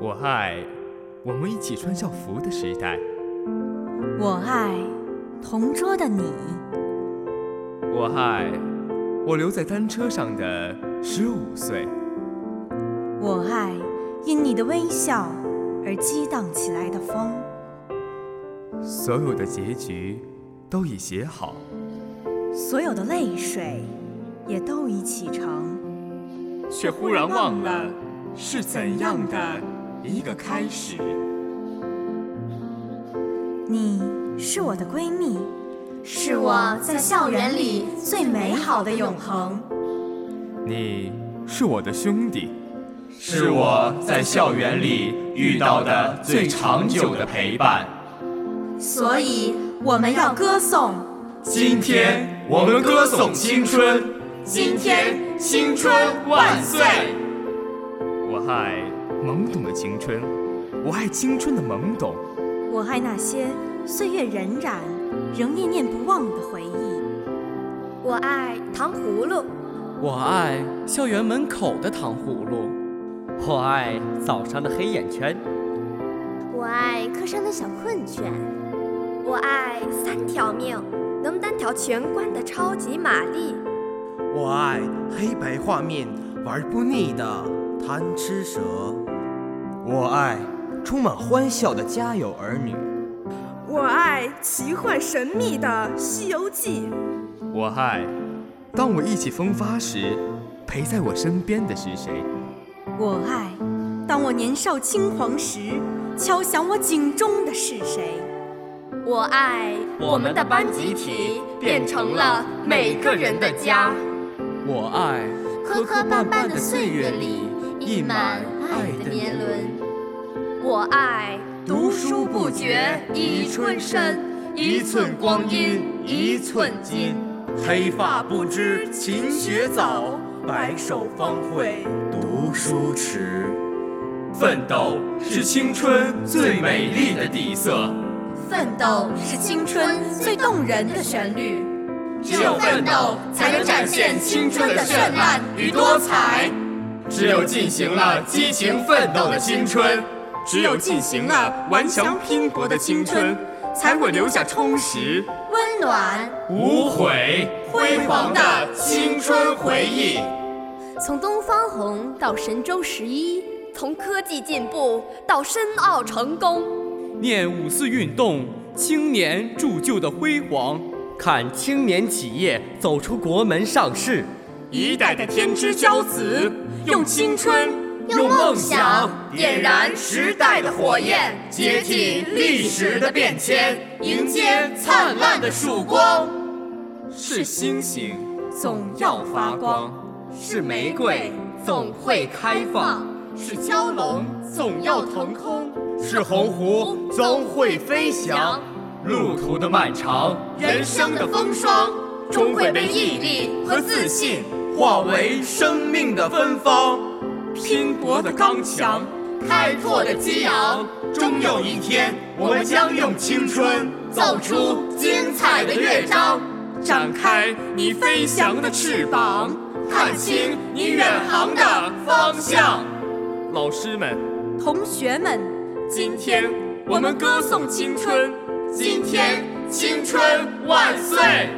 我爱我们一起穿校服的时代，我爱同桌的你，我爱我留在单车上的十五岁，我爱因你的微笑而激荡起来的风，所有的结局都已写好，所有的泪水也都已启程。却忽然忘了是怎样的一个开始。你是我的闺蜜，是我在校园里最美好的永恒。你是我的兄弟，是我在校园里遇到的最长久的陪伴。所以我们要歌颂，今天我们歌颂青春，今天青春万岁！我爱懵懂的青春，我爱青春的懵懂，我爱那些岁月荏苒仍念念不忘的回忆。我爱糖葫芦，我爱校园门口的糖葫芦，我爱早上的黑眼圈，我爱课上的小困倦，我爱三条命能单挑全冠的超级玛丽，我爱黑白画面玩不腻的贪吃蛇，我爱充满欢笑的家有儿女，我爱奇幻神秘的《西游记我爱当我意气风发时陪在我身边的是谁？我爱当我年少轻狂时敲响我警钟的是谁？我爱我们的班集体变成了每个人的家。我爱磕磕绊绊的岁月里溢溢满满爱爱的的年年轮。轮。我爱读书不觉一春深，一寸光阴一寸金。黑发不知勤学早，白首方悔读书迟。奋斗是青春最美丽的底色，奋斗是青春最动人的旋律，只有奋斗才能展现青春的绚烂与多彩。只有进行了激情奋斗的青春，只有进行了顽强拼搏的青春，才会留下充实、温暖。无悔、辉煌的青春回忆。从东方红到神舟十一，从科技进步到申奥成功，念五四运动青年铸就的辉煌，看青年企业走出国门上市。一代的天之骄子，用青春、用梦想点燃时代的火焰，接替历史的变迁，迎接灿烂的曙光。是星星总要发光，是玫瑰总会开放，是蛟龙总要腾空，是鸿鹄总会飞翔。路途的漫长，人生的风霜，终会被毅力和自信化为生命的芬芳。拼搏的刚强，开拓的激昂，终有一天，我们将用青春奏出精彩的乐章，展开你飞翔的翅膀，看清你远航的方向。老师们，同学们，今天我们歌颂青春，今天青春万岁！